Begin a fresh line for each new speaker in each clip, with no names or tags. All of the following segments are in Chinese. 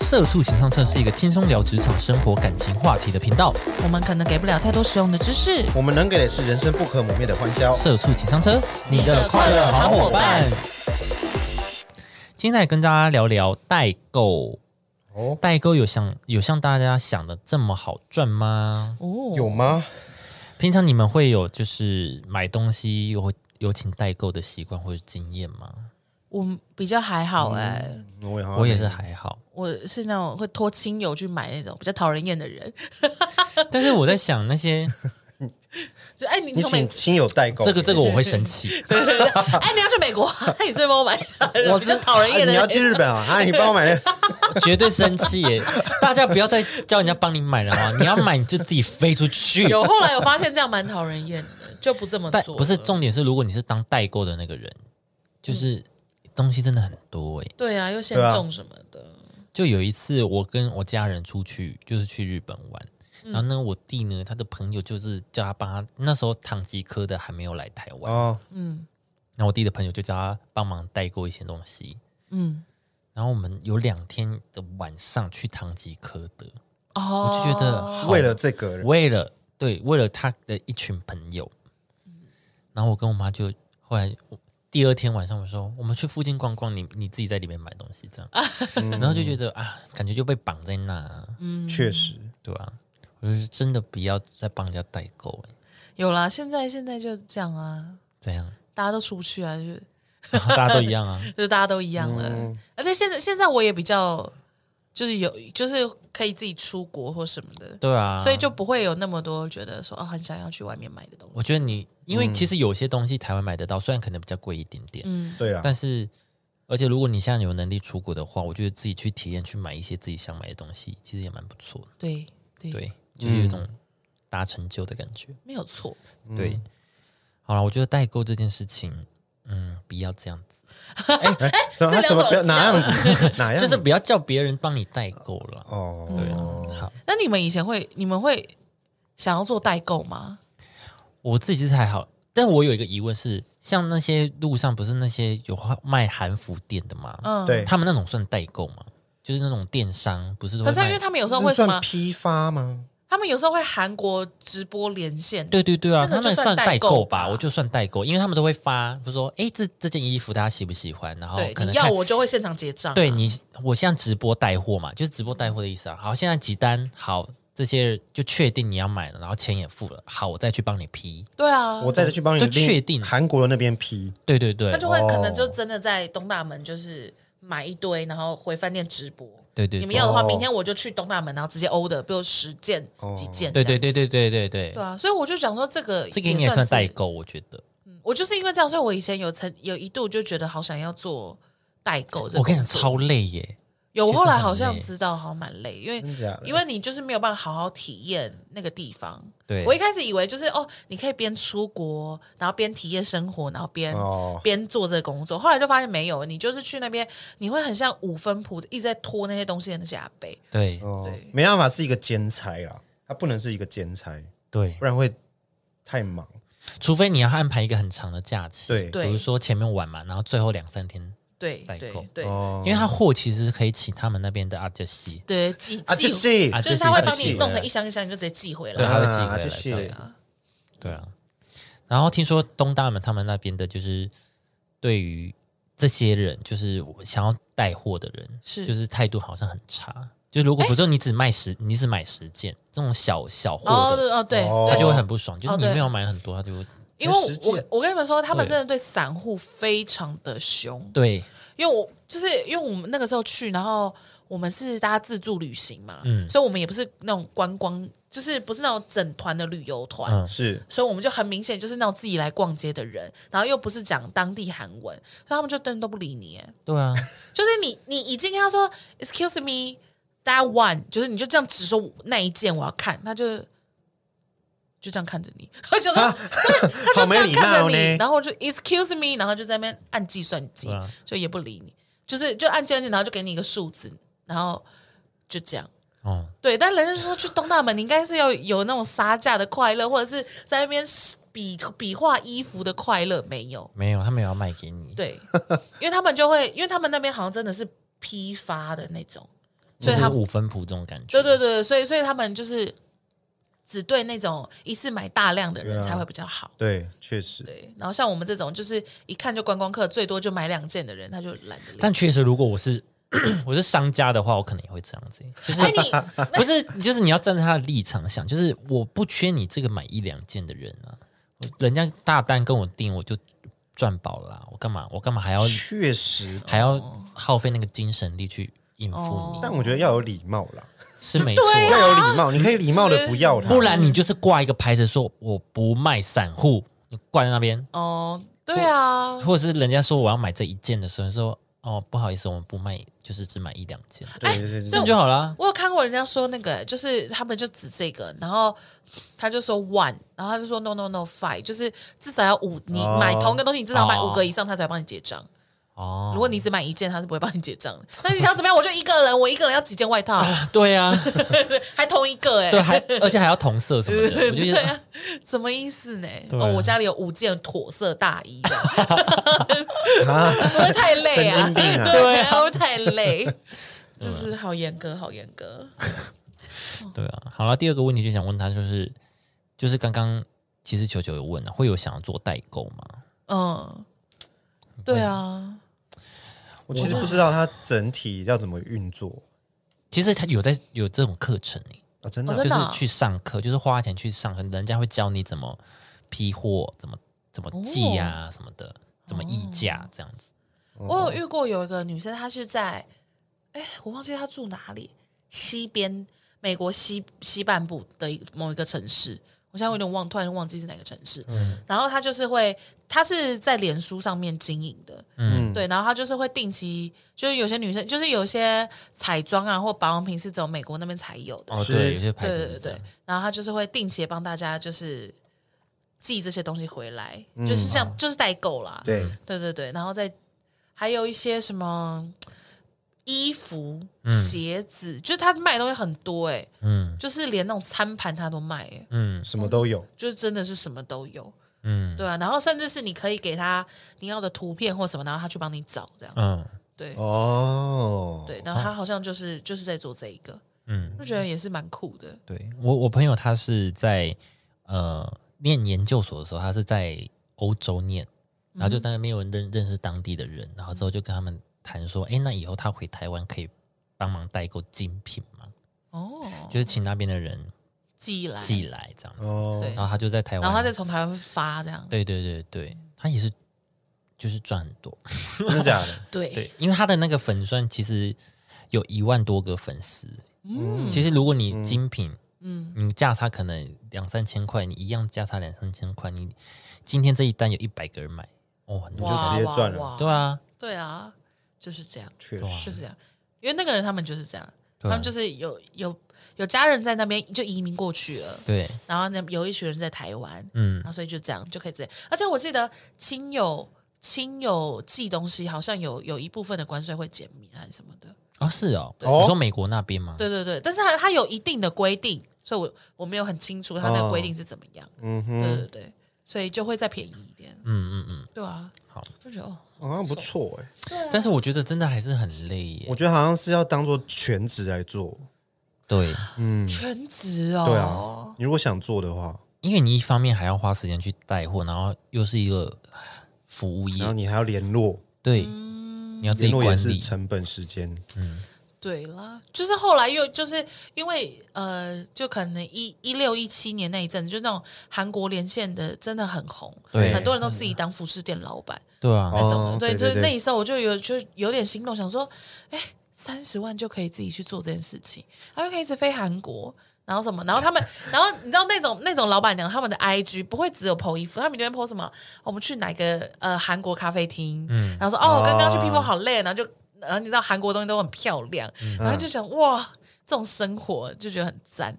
社畜情商社是一个轻松聊职场、生活、感情话题的频道。
我们可能给不了太多实用的知识。
我们能给的是人生不可磨灭的欢笑。
社畜情商车，你的快乐好伙伴。今天来跟大家聊聊代购。
哦，
代购有像有像大家想的这么好赚吗？
哦，
有吗？
平常你们会有就是买东西有有请代购的习惯或者经验吗？
我比较还好
嗯
哎、
我也好像
我也是还好，
我是那种会托亲友去买那种比较讨人厌的人，
但是我在想那些
就哎你
你
从美
请亲友代购，
这个这个我会生气，
对对对， 哎你要去美国，那你顺便帮我买
我
比
知
较讨人厌的
你
人，
要去日本 啊？啊，你帮我买的，
绝对生气耶！大家不要再叫人家帮你买了啊！你要买你就自己飞出去。
有后来有发现这样蛮讨人厌的，嗯就不这么
代
做了。
不是重点是，如果你是当代购的那个人，就是东西真的很多哎、
对啊，又限
对啊
重什么的，
就有一次我跟我家人出去，就是去日本玩，
嗯
然后呢，我弟呢他的朋友就是叫他帮他，那时候唐吉诃德还没有来台湾，
哦，
然后我弟的朋友就叫他帮忙代购一些东西。
嗯，
然后我们有两天的晚上去唐吉诃德，
哦，
我就觉得好
为了这个人，
为了对为了他的一群朋友，然后我跟我妈就后来我第二天晚上我说我们去附近逛逛，你你自己在里面买东西这样，然后就觉得啊，感觉就被绑在那啊，
确实，
对吧、我就是真的不要再帮人家代购、欸，
有啦，现在现在就这样啊，
怎样？
大家都出不去啊，就
大家都一样 啊，
就大家都一样了。
哦
而且现在现在我也比较就是有就是可以自己出国或什么的，
对啊，
所以就不会有那么多觉得说哦很想要去外面买的东西。
我觉得你，因为其实有些东西台湾买得到，虽然可能比较贵一点点，
嗯
对啦，
但是。而且，如果你现在有能力出国的话，我觉得自己去体验、去买一些自己想买的东西，其实也蛮不错的。
对对
对，就是有一种达成就的感觉。
没有错。
对，好了，我觉得代购这件事情，嗯，不要这样子，哎，
什么
这
啊
两
什么
种
不要哪样子 哪
哎
样子，
就是不要叫别人帮你代购了。
哦，
对啊，好，
那你们以前会你们会想要做代购吗？
我自己其实还好，但我有一个疑问是，像那些路上不是那些有卖韩服店的吗？
嗯，。
对，
他们那种算代购吗？就是那种电商，不是都
可
会
是因为
卖？
他们有时候
这
会什么
算？批发吗？
他们有时候会韩国直播连线，
对对对啊，他
那个就
们
算
算代购吧，
代购吧
我就算代购，因为他们都会发，比如说，哎，这这件衣服大家喜不喜欢？然后
对，
哦可能
你要
看
我就会现场结 账啊。
对你，我现在直播带货嘛，就是直播带货的意思啊。好，现在几单，好，这些就确定你要买了，然后钱也付了，好，我再去帮你批。
对啊，
我再去帮你
就
另
确定
韩国的那边批，
对对对
他，就会
哦
可能就真的在东大门就是买一堆，然后回饭店直播。
对对
你们
对，
要的话，
哦
明天我就去东大门，然后直接 order，比如十件、几件。
哦对对
对。
对对对对对
对，啊，所以我就想说，这个
这个应该也算
是
代。购，我觉得。
我就是因为这样，所以我以前有曾有一度就觉得好想要做代购这个工作。
我跟你讲，超累耶，其
有，我
实
后来
很
好像
累
知道，好像蛮累，因为
真假的
因为你就是没有办法好好体验那个地方。
对
我一开始以为就是哦，你可以边出国，然后边体验生活，然后边、
哦
边做这个工作。后来就发现没有，你就是去那边，你会很像五分铺，一直在拖那些东西的那些阿伯。
对
哦
对，
没办法，是一个兼差啦，他不能是一个兼差，
对
不，然会太忙。
除非你要安排一个很长的假期，
对
对
比如说前面玩嘛，然后最后两三天，
对
代
对
购
对、
哦
因为他货其实是可以请他们那边的阿杰西，
对，寄
啊，
寄
就是
啊
就是他会帮
寄
你
回
弄成
来
一箱一箱，你就直接寄回
对，
来。
他会寄
啊
回来
就
这
是
样
对啊，
对啊，然后听说东大门他们那边的，就是对于这些人，就是我想要带货的人，
是
就是态度好像很差。就如果不是你只卖十，你只买十件这种小小货
哦
的，
对哦对，
哦
他
对
就会很不爽。就是
哦
你
对
没有买很多，他就会
因为我
实际
我我跟你们说，他们
对
真的对散户非常的凶。
对
因为我就是因为我们那个时候去，然后我们是大家自助旅行嘛，
嗯
所以我们也不是那种观光，就是不是那种整团的旅游团，
嗯
是
所以我们就很明显就是那种自己来逛街的人，然后又不是讲当地韩文，所以他们就真的都不理你。哎
对啊，
就是你你已经跟他说 “excuse me that one”，就是你就这样只说那一件我要看，他就就这样看着你， 他就说、对，他就这样看着
啊好没礼貌
你，
呢
然后就 “excuse me”，然后就在那边按计算机，
对啊
就也不理你，就是就按计算机，然后就给你一个数字，然后就这样。
哦，
对，但人家就说去东大门，你应该是要有那种杀价的快乐，或者是在那边比比划衣服的快乐，没有。
没有，他没有要卖给你。
对，因为他们就会，因为他们那边好像真的是批发的那种，
就
所以
是
他
五分谱这种感觉
对。对对，所以所以他们就是只对那种一次买大量的人
啊
才会比较好。
对，确实，
对，然后像我们这种就是一看就观光客，最多就买两件的人，他就懒得量。
但确实，如果我是 我是商家的话，我可能也会这样子，就是
哎，你
不是，就是你要站在他的立场想，就是我不缺你这个买一两件的人啊，人家大单跟我订，我就赚饱了啊我干嘛我干嘛还要
确实，
还要耗费那个精神力去应付你？
但我觉得要有礼貌啦，
是没错，
哦对啊
要有礼貌，你可以礼貌的不要他，
不然你就是挂一个牌子说我不卖散户，你挂在那边，
哦，对啊，
或者是人家说我要买这一件的时候，你说哦不好意思，我们不卖，就是只买一两件，
哎
对对对
这样
对，
就好啦。
我有看过人家说那个，就是他们就指这个，然后他就说 one，然后他就说 no no no five，就是至少要五，你
哦
买同一个东西，你至少要买
哦
五个以上，他才会帮你结账。如
哦，
果你只买一件，他是不会帮你结账的。那你想怎么样？我就一个人，我一个人要几件外套，
对呀、啊，
还同一个哎、
对，啊 还而且还要同色什么的，我就觉
对
得
啊，什么意思呢？
对啊
哦，我家里有五件驼色大衣的，我会太累啊，
神经病啊
对啊，我会太累，就是好严格，好严格。
对啊，好了，第二个问题就想问他，就是就是刚刚其实球球有问了、会有想要做代购吗？
嗯，对啊，
我其实不知道他整体要怎么运作
其实他有在有这种课程、欸，
啊，真
哦
的
真
就
的
是
啊
去上课，就是花钱去上课，人家会教你怎么批货，怎么怎么寄
哦
啊、什么的，怎么议价这样子。嗯
我有遇过有一个女生，她是在，哎，我忘记她住哪里，西边美国西西半部的一某一个城市，我现在有点忘，突然忘记是哪个城市。
嗯
然后她就是会，她是在脸书上面经营的，
嗯，
对，然后她就是会定期，就是有些女生，就是有些彩妆啊或保养品是只有美国那边才有的，
哦，
是
对，有些牌
对
子
对
是
对
这样
对，然后他就是会定期地帮大家就是寄这些东西回来，
嗯
就是这样，就是代购
哦
啦。
对，
对对对，然后再还有一些什么衣服、鞋子，就是他卖的东西很多哎、
嗯
就是连那种餐盘他都卖哎、
嗯
什么都有，
就是真的是什么都有，
嗯
对啊，然后甚至是你可以给他你要的图片或什么，然后他去帮你找这样，
嗯
对、
哦，
对，然后他好像就是就是在做这一个，
嗯，
就觉得也是蛮酷的，
对我我朋友他是在呃念研究所的时候，他是在欧洲念，然后
嗯
就在那边有认认识当地的人，然后之后就跟他们谈说，哎，那以后他回台湾可以帮忙代购精品吗？
哦，
就是请那边的人
寄来，
寄来这样子。
哦，
对
然后他就在台湾，
然后他再从台湾发这样。
对对对对，他也是就是赚很多。
真的假的？
对，
对，因为他的那个粉钻其实有一万多个粉丝。嗯，其实如果你精品，嗯，你价差可能两三千块，你一样价差两三千块，你今天这一单有一百个人买，哦，很多
就
哇
就
直接赚了
哇哇
对啊，
对啊，就是这样，
确
就
实，
是这样。因为那个人他们就是这样，他
对啊
们就是有有有家人在那边就移民过去了，
对，
然后呢有一群人在台湾，
嗯
然，后所以就这样就可以这样。而且我记得亲友亲友寄东西好像有有一部分的关税会减免还是什么的，
哦是哦，
哦
你说美国那边吗？
对对对，但是它它有一定的规定，所以我我没有很清楚它那个
哦
规定是怎么样，
嗯
对
哼，
对对，所以就会再便宜一点，
嗯嗯嗯，
对啊，
好，
就觉得哦，
好像不错哎，
但是我觉得真的还是很累耶
我。觉得好像是要当做全职来做，
对，
全职哦，
嗯对啊，你如果想做的话，
因为你一方面还要花时间去带货，然后又是一个服务业
然后，你还要联络，
对，你要自
联
己
络也
管
是
理。
成本时间，
对啦，就是后来又就是因为呃，就可能一一六一七年那一阵，就那种韩国连线的真的很红，
对
哎
很多人都自己当服饰店老板
对啊，
那种的。
哦
对，
对
就是
对
那时候我就有就有点心动，想说，哎，三十万就可以自己去做这件事情，然后可以一直飞韩国。然后什么？然后他们， 然后你知道那种那种老板娘，他们的 IG 不会只有 PO 衣服，他们就会 PO 什么？我们去哪个呃韩国咖啡厅？嗯，然后说哦，刚刚去披风好累，然后就然后你知道韩国东西都很漂亮，
嗯
然后就想哇，这种生活就觉得很赞。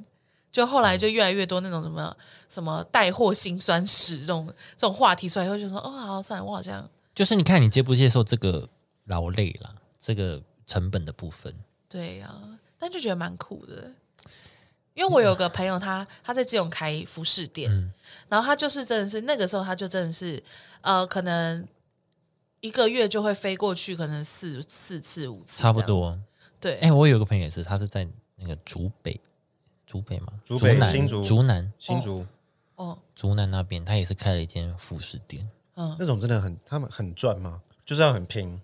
就后来就越来越多那种什么什么带货辛酸史这种这种话题出来以后，就说哦，好算了，我好像
就是你看你接不接受这个劳累啦，这个成本的部分。
对呀、但就觉得蛮酷的。因为我有个朋友他，他在基隆开服饰
嗯
店，然后他就是真的是那个时候，他就真的是呃，可能一个月就会飞过去，可能四四次五次，
差不。多。
对，
哎、我有个朋友也是，他是在那个竹北，竹北嘛，
竹北
南，
新竹
竹南，
新竹、
哦，
竹南那边，他也是开了一间服饰店。
嗯
那种真的很，他们很赚吗？就是要很拼，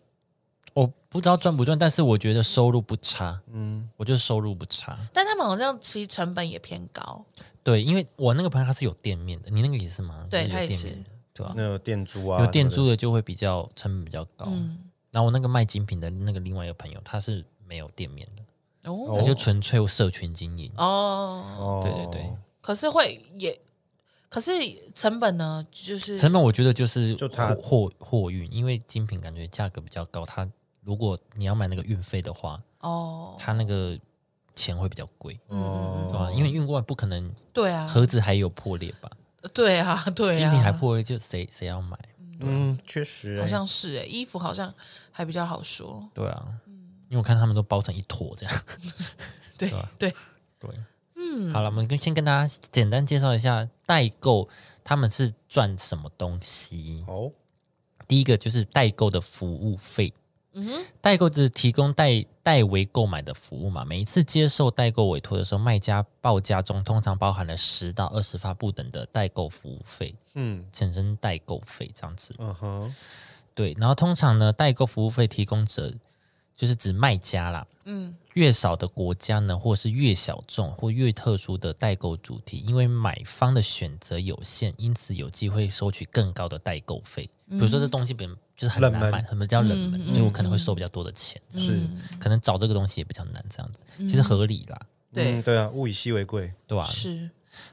我不知道赚不赚，但是我觉得收入不差。嗯，我觉得收入不差。
但他们好像其实成本也偏高，
对，因为我那个朋友他是有店面的，你那个也是吗？
对
有
他也
店
是
面的，对吧、
那有店租啊，
哦有店
什么
租的就会比较成本比较高。
嗯
然后我那个卖精品的那个另外一个朋友，他是没有店面的，
哦
他就纯粹社群经营。
的，
哦，
哦
对对对，
可是会也，可是成本呢，就是
成本我觉得就是
就
货
他
货货运，因为精品感觉价格比较高，它如果你要买那个运费的话，
哦，
它那个钱会比较贵，对
哦，
吧？因为运过来不可能
对啊，
盒子还有破裂吧？
对啊，对啊，
精品还破裂，就谁谁要买？
嗯，确实、欸，
好像是哎、衣服好像还比较好说，
对啊，
嗯
因为我看他们都包成一坨这样。
对对，
对，嗯，好了，我们跟先跟大家简单介绍一下代购他们是赚什么东西。
哦，
第一个就是代购的服务费。嗯代购就是提供代代为购买的服务嘛。每一次接受代购委托的时候，卖家报价中通常包含了十到二十发不等的代购服务费，
嗯
产生代购费这样子。
嗯哼，
对，然后通常呢，代购服务费提供者就是指卖家啦。嗯，越少的国家呢，或是越小众或越特殊的代购主题，因为买方的选择有限，因此有机会收取更高的代购费。比如说这东西本就是很
冷
难
门
买，很比较冷门，所以我可能会收比较多的钱。
是，
可能找这个东西也比较难，这样子其实合理啦，
对
嗯对啊，物以稀为贵，
对吧、
是，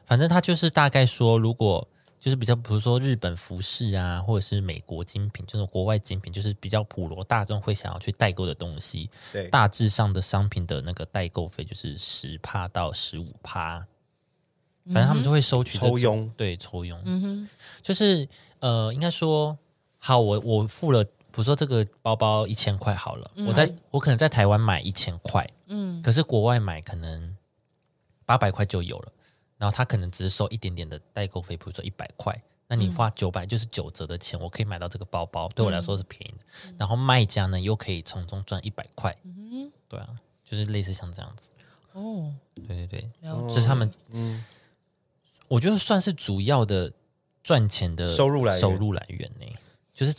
反正他就是大概说，如果就是比较，比如说日本服饰啊，或者是美国精品这种国外精品，就是比较普罗大众会想要去代购的东西，
对，
大致上的商品的那个代购费就是十帕到十五帕，反正他们就会收取这
抽
种
佣，
对抽佣，
嗯
就是呃，应该说好，我我付了。比如说这个包包一千块好了，我在我可能在台湾买一千块，嗯，可是国外买可能八百块就有了，然后他可能只是收一点点的代购费，比如说一百块，那你花九百就是九折的钱，我可以买到这个包包，对我来说是便宜的。然后卖家呢又可以从中赚一百块，嗯，对啊，就是类似像这样子，
哦，
对对对，
了解
这是他们，嗯，我觉得算是主要的赚钱的
收入来源
收入来源呢、就是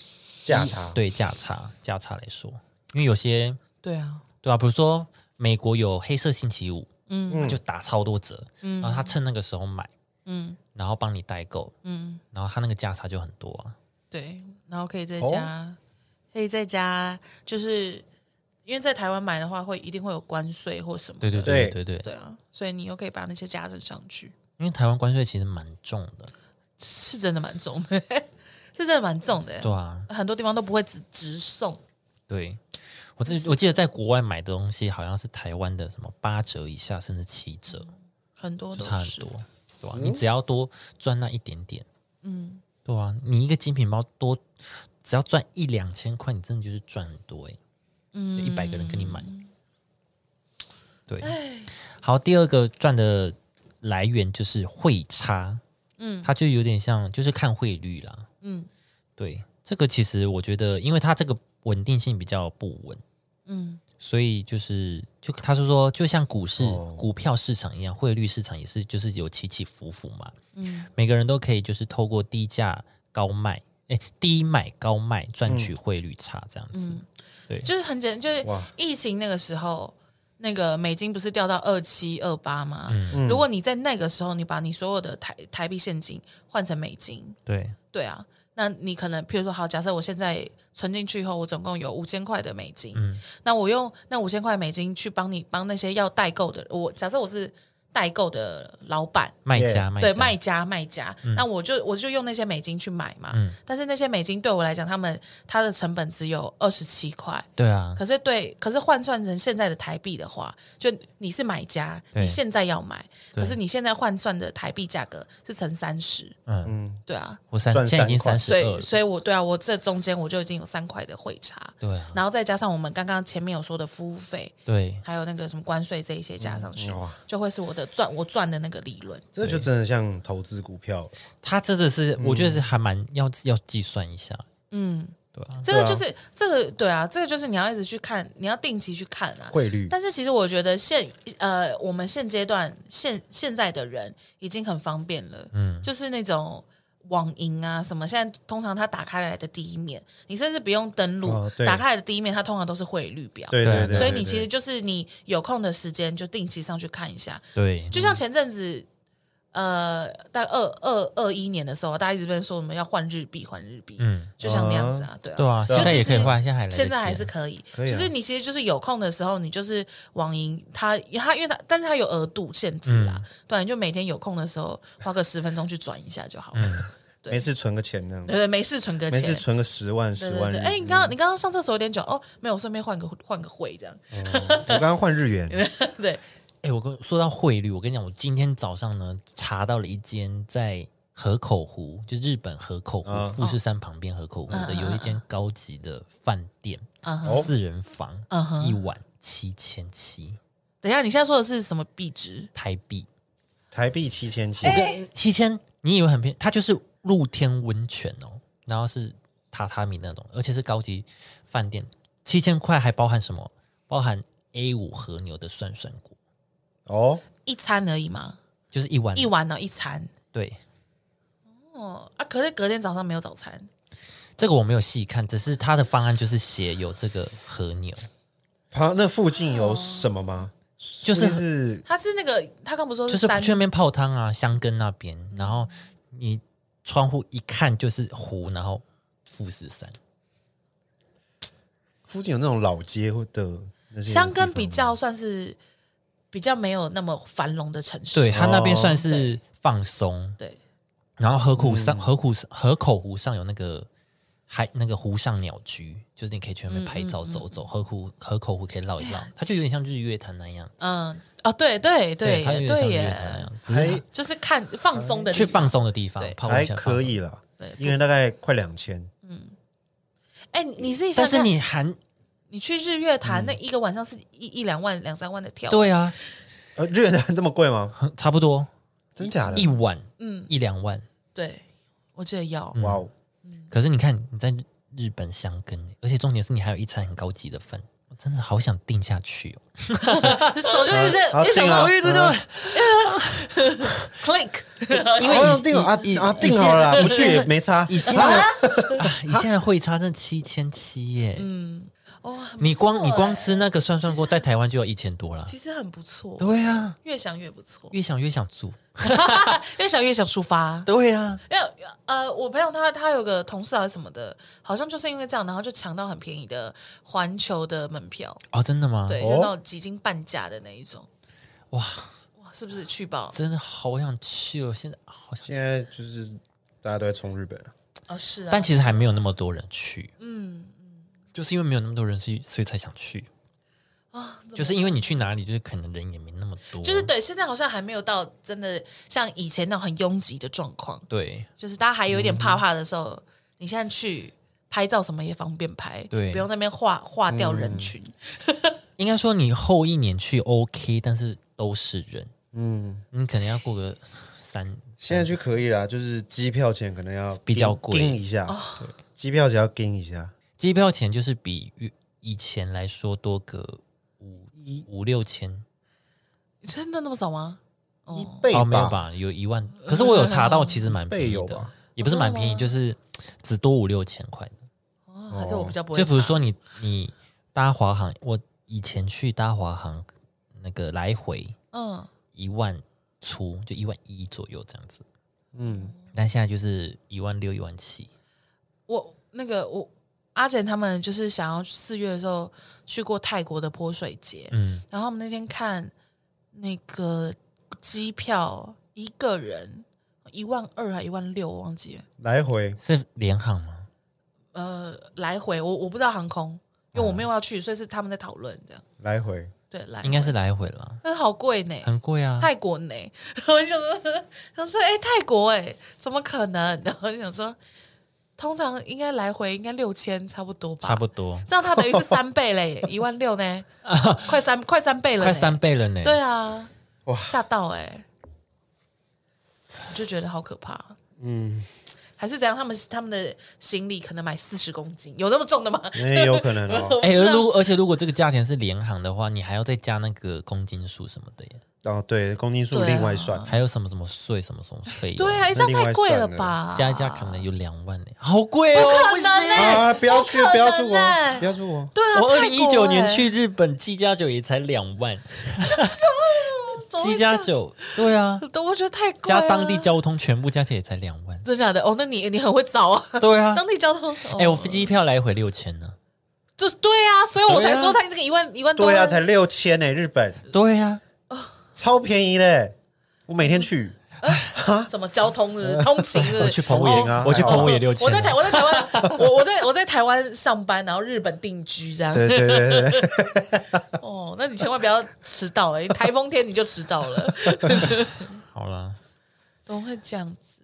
价差
对价差价差来说，因为有些
对啊，
对啊，比如说美国有黑色星期五，嗯，就打超多折，嗯，然后他趁那个时候买，
嗯
然后帮你代购，
嗯，
然后他那个价差就很多啊。
对，然后可以在
哦
家，可以在家，就是因为在台湾买的话，会一定会有关税或什么的，
对对
对
对对对，
对啊，所以你又可以把那些加成上去，
因为台湾关税其实蛮重的，
是真的蛮重的， 是真的蛮重的，
对啊，
很多地方都不会直直送，
对。我自己我记得在国外买的东西好像是台湾的什么八折以下，甚至七折，
很多
就嗯
都
差很
是
多，对吧、你只要多赚那一点点，嗯，对啊，你一个精品包多只要赚一两千块，你真的就是赚很多哎、嗯，一百个人跟你买，对，好，第二个赚的来源就是汇差，嗯，它就有点像就是看汇率啦，嗯，对，这个其实我觉得，因为它这个稳定性比较不稳，
嗯
所以就是，就他是说，就像股市、
哦
股票市场一样，汇率市场也是，就是有起起伏伏嘛。嗯，每个人都可以就是透过低价高卖，哎，低买高卖赚
嗯
取汇率差这样子。
嗯就是很简单，就是
哇
疫情那个时候，那个美金不是掉到二七二八吗？如果你在那个时候，你把你所有的台台币现金换成美金，
对
对啊，那你可能譬如说，好，假设我现在存进去以后，我总共有五千块的美金，
嗯
那我用那五千块美金去帮你帮那些要代购的，我假设我是代购的老板，
卖家卖
对
家嗯
卖家卖家，那我就我就用那些美金去买嘛，但是那些美金对我来讲，他们它的成本只有二十七块。
对啊，
可是对，可是换算成现在的台币的话，就你是买家，
对
你现在要买，
对
可是你现在换算的台币价格是乘三十，
嗯
对啊，
我三
赚
现在已经
三块
三十
所
二
以
了，
所以我对啊，我这中间我就已经有三块的汇差，
对啊，
然后再加上我们刚刚前面有说的服务费，
对
还有那个什么关税这一些加上去，
嗯哇
就会是我的赚我赚的那个利润，
这就真的像投资股票了，
他真的是，我觉得是还蛮要要计算一下，嗯，
对啊，
这个就是这个对啊，这个就是你要一直去看，你要定期去看啊。
汇率，
但是其实我觉得现呃，我们现阶段现现在的人已经很方便了，嗯，就是那种网银啊什么，现在通常它打开来的第一面，你甚至不用登录，
哦对
打开来的第一面它通常都是汇率表，
对
对
对对，
所以
对
你其实
对
就是你有空的时间就定期上去看一下，
对，
就像前阵子。呃，大概二二二一年的时候，大家一直在说我们要换日币，换日币，
嗯
就像那样子啊，对啊，
对啊，
就
现在
是
也可以
是
换，现在还来得及啊
现在还是可以，
可以啊
就是你其实就是有空的时候，你就是网银，它它因为它，但是它有额度限制
嗯
啦，对，你就每天有空的时候花个十分钟去转一下就好了，
嗯
对
没事存个钱呢
对，对，没事存个
没
钱，
事存个十万
对
十
对
万日
对，
元。
哎，你刚刚你刚刚上厕所有点久哦，没有，顺便换个换个会这样，
我刚刚换日元，
对，
哎，我跟说到汇率，我跟你讲，我今天早上呢查到了一间在河口湖，就日本河口湖
嗯
富士山旁边河口湖的
嗯嗯
有一间高级的饭店，
嗯哼，
哦
四人房
嗯哼
一晚七千七
等一下，你现在说的是什么币值？
台币，
台币七千七，
哎
七千，你以为很便宜？它就是露天温泉哦，然后是榻榻米那种，而且是高级饭店，七千块还包含什么？包含 A 五和牛的涮涮锅，
哦，
一餐而已吗？
就是一碗
一碗呢、一餐
对，
哦啊，可是隔天早上没有早餐，
这个我没有细看，只是它的方案就是写有这个和牛，
旁那附近有什么吗？就是是
他是那个他刚不是说
就是是
三
去那边泡汤啊，香根那边，然后你窗户一看就是湖，然后富士山，
附近有那种老街或的那些
香根
地方
比
吗
较算是比较没有那么繁荣的城市，
对，它那边
哦
算是放松，
对
然后河口上、河口河口湖上有那个海那个湖上鸟居，就是你可以去那边拍照走
嗯
走，河口河口湖可以绕一
哎
绕，它就有点像日月潭那样，
嗯，哦，对对对
它有
耶
点像
对
日月潭那
耶，
样，只是
就是看放松的
去
地方。
放松的地方
对，
泡温
还
泉
可。以啦，一个人大概快两千，
哎，你是
但是你含
你去日月潭那一个晚上是一一两万两三万的跳，
对啊，
呃，日元这么贵吗？
很差不多
真假的
一？晚，
嗯
一两万。
对，我记得要
哇哦，
可是你看你在日本香根，而且重点是你还有一餐很高级的饭，我真的好想定下去哦。
手就一直
好
一直
定啊，
一直就
嗯
click，
好定了啊
以
啊，定好了啦，
以
不去也没差。
以现在啊，以现在汇差真七千七耶，
哇，嗯哦很不
你光
错
你光
哎
吃那个涮涮锅，在台湾就要一千多了。
其实很不错，
对啊，
越想越不错，
越想越想住。
越想越想出发。
对啊，
因为呃，我朋友他他有个同事还是什么的，好像就是因为这样，然后就抢到很便宜的环球的门票，
哦，真的吗？
对，
哦
就那种几近半价的那一种。
哇
哇，是不是去报？
真的好想去哦，现在好想去。
现在就是大家都在冲日本，
哦，是啊。
但其实还没有那么多人去。嗯就是因为没有那么多人去，所以才想去。
啊，怎么
就是因为你去哪里，就是可能人也没那么多。
就是对，现在好像还没有到真的像以前那种很拥挤的状况，
对
就是大家
嗯
还有一点怕怕的时候，你现在去拍照什么也方便拍，
对嗯
不用那边划划掉人群。
应该说你后一年去 OK，但是都是人。嗯，你可能要过个三，
现在去可以啦，就是机票钱可能要
比较
盯
贵
盯一下，对机票钱要盯一下，
机票钱就是比以以前来说多个五五六千。
真的那么少吗？
一倍
哦，没有
吧？
吧？有一万，可是我有查到，其实蛮便
倍有
宜的
吧，
也不是蛮便宜，就是只多五六千块的。
哦还是我比较不
嗯
会
就
查。
比如说你你搭华航，我以前去搭华航那个来回
嗯，
一万出，就一万一左右这样子，
嗯，
但现在就是一万六、一万七。
我那个我阿简他们就是想要四月的时候去过泰国的泼水节，
嗯，
然后我们那天看那个机票一个人一万二还一万六，我忘记了，
来回
是联航吗？
呃，来回我我不知道航空，因为
嗯
我没有要去，所以是他们在讨论这样。
来回，
对，来
应该是来回啦，
但是好哎贵呢，
很贵啊。
泰国呢，然后我就想说， 想说哎、泰国哎、怎么可能？然后就想说，通常应该来回应该六千差不多吧，
差不多，
这样它等于是三倍嘞， 一万六 呢，快三快三倍了，
快三，倍了呢。
对啊，
哇
吓到哎、我就觉得好可怕，嗯，还是怎样？他们他们的行李可能买四十公斤，有那么 重的吗？
那也有可能 哦。
哎、而
啊
如而且如果这个价钱是联航的话，你还要再加那个公斤数什么的耶，
哦，对，公斤数
对啊
另外算，
还有什么什么税什么什么费用，
对啊，这样太贵了吧？
加一加可能有两万呢，好贵哦！
不能嘞、
啊！不要去，
不可能
不要出国
欸，
不要出国。
对啊，
我二零一
泰
九
国
年
欸，
去日本，七加九也才两万，
怎么会
七
这
加
样
九，对啊，
都我觉得太贵、
加
啊，
当地交通全部加起来也才两万，
真假的哦，那你你很会 找啊，
对啊，
当地交通，哎
哎、我飞机票来回六千呢，
就是对啊，所以我才
对啊
说他这个一万一万多，
对啊，才六千呢，日本
对啊呀、
超便宜嘞！我每天去，
什么 交通是不是通勤是不是，
我去澎湖
不
也
行啊，
我去澎湖也六千，
我在台我在台湾，我我在我在台湾上班，然后日本定居这样。
对对对对对，
哦，那你千万不要迟到哎、台风天你就迟到了，
好了，
怎么会这样子？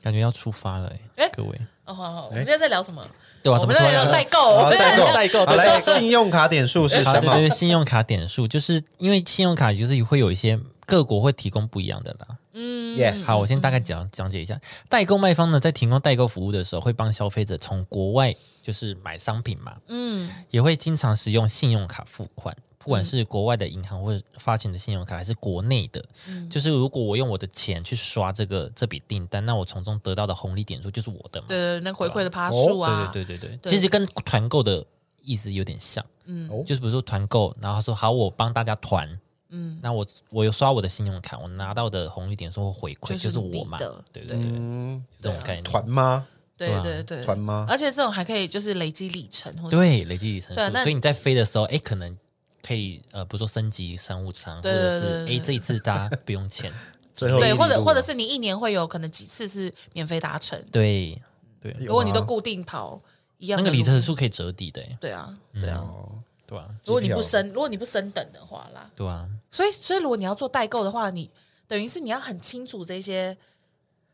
感觉要出发了、欸，
哎
各位，
哦，好好，我们现在在聊什么？
对啊，
我
怎么
们
突然
在聊
要
代购，我
好
们在
啊代购
聊
代购，代
好来，
购。
信用卡点数是
好，
什
对
么？
对，信用卡点数，就是因为信用卡就是会有一些各国会提供不一样的啦。
嗯
Yes，
好，我先大概讲讲解一下，代购卖方呢，在提供代购服务的时候，会帮消费者从国外就是买商品嘛，嗯，也会经常使用信用卡付
嗯
款，不管是国外的银行或者发行的信用卡，还是国内的，
嗯
就是如果我用我的钱去刷这个这笔订单，那我从中得到的红利点数就是我的嘛，
对那回馈的趴数啊，
哦对对对对对，
对
其实跟团购的意思有点像，嗯，就是比如说团购，然后他说好，我帮大家团，嗯，那我我有刷我的信用卡，我拿到的红利点数或回馈
就是
就是我嘛
你的，
对对对，
嗯，
这种概念，
团吗？
对
对啊
对对
团吗
而且这种还可以就是累积里程，或者
对累积里程
对啊
数，
那
所以你在飞的时候，哎，可能。可以呃，比如说升级商务舱，或
对对
者
对
是
对
哎，这一次大家不用钱，
最后一
对，
里
或者
路
或者是你一年会有可能几次是免费达成，
对对，
有
如果你
吗
都固定跑一样
那
的
个里
路
程数可以折抵的，哎
对啊对啊，
对啊，
如果你
机票
不升，如果你不升等的话啦，
对啊，
所以所以如果你要做代购的话，你等于是你要很清楚这些，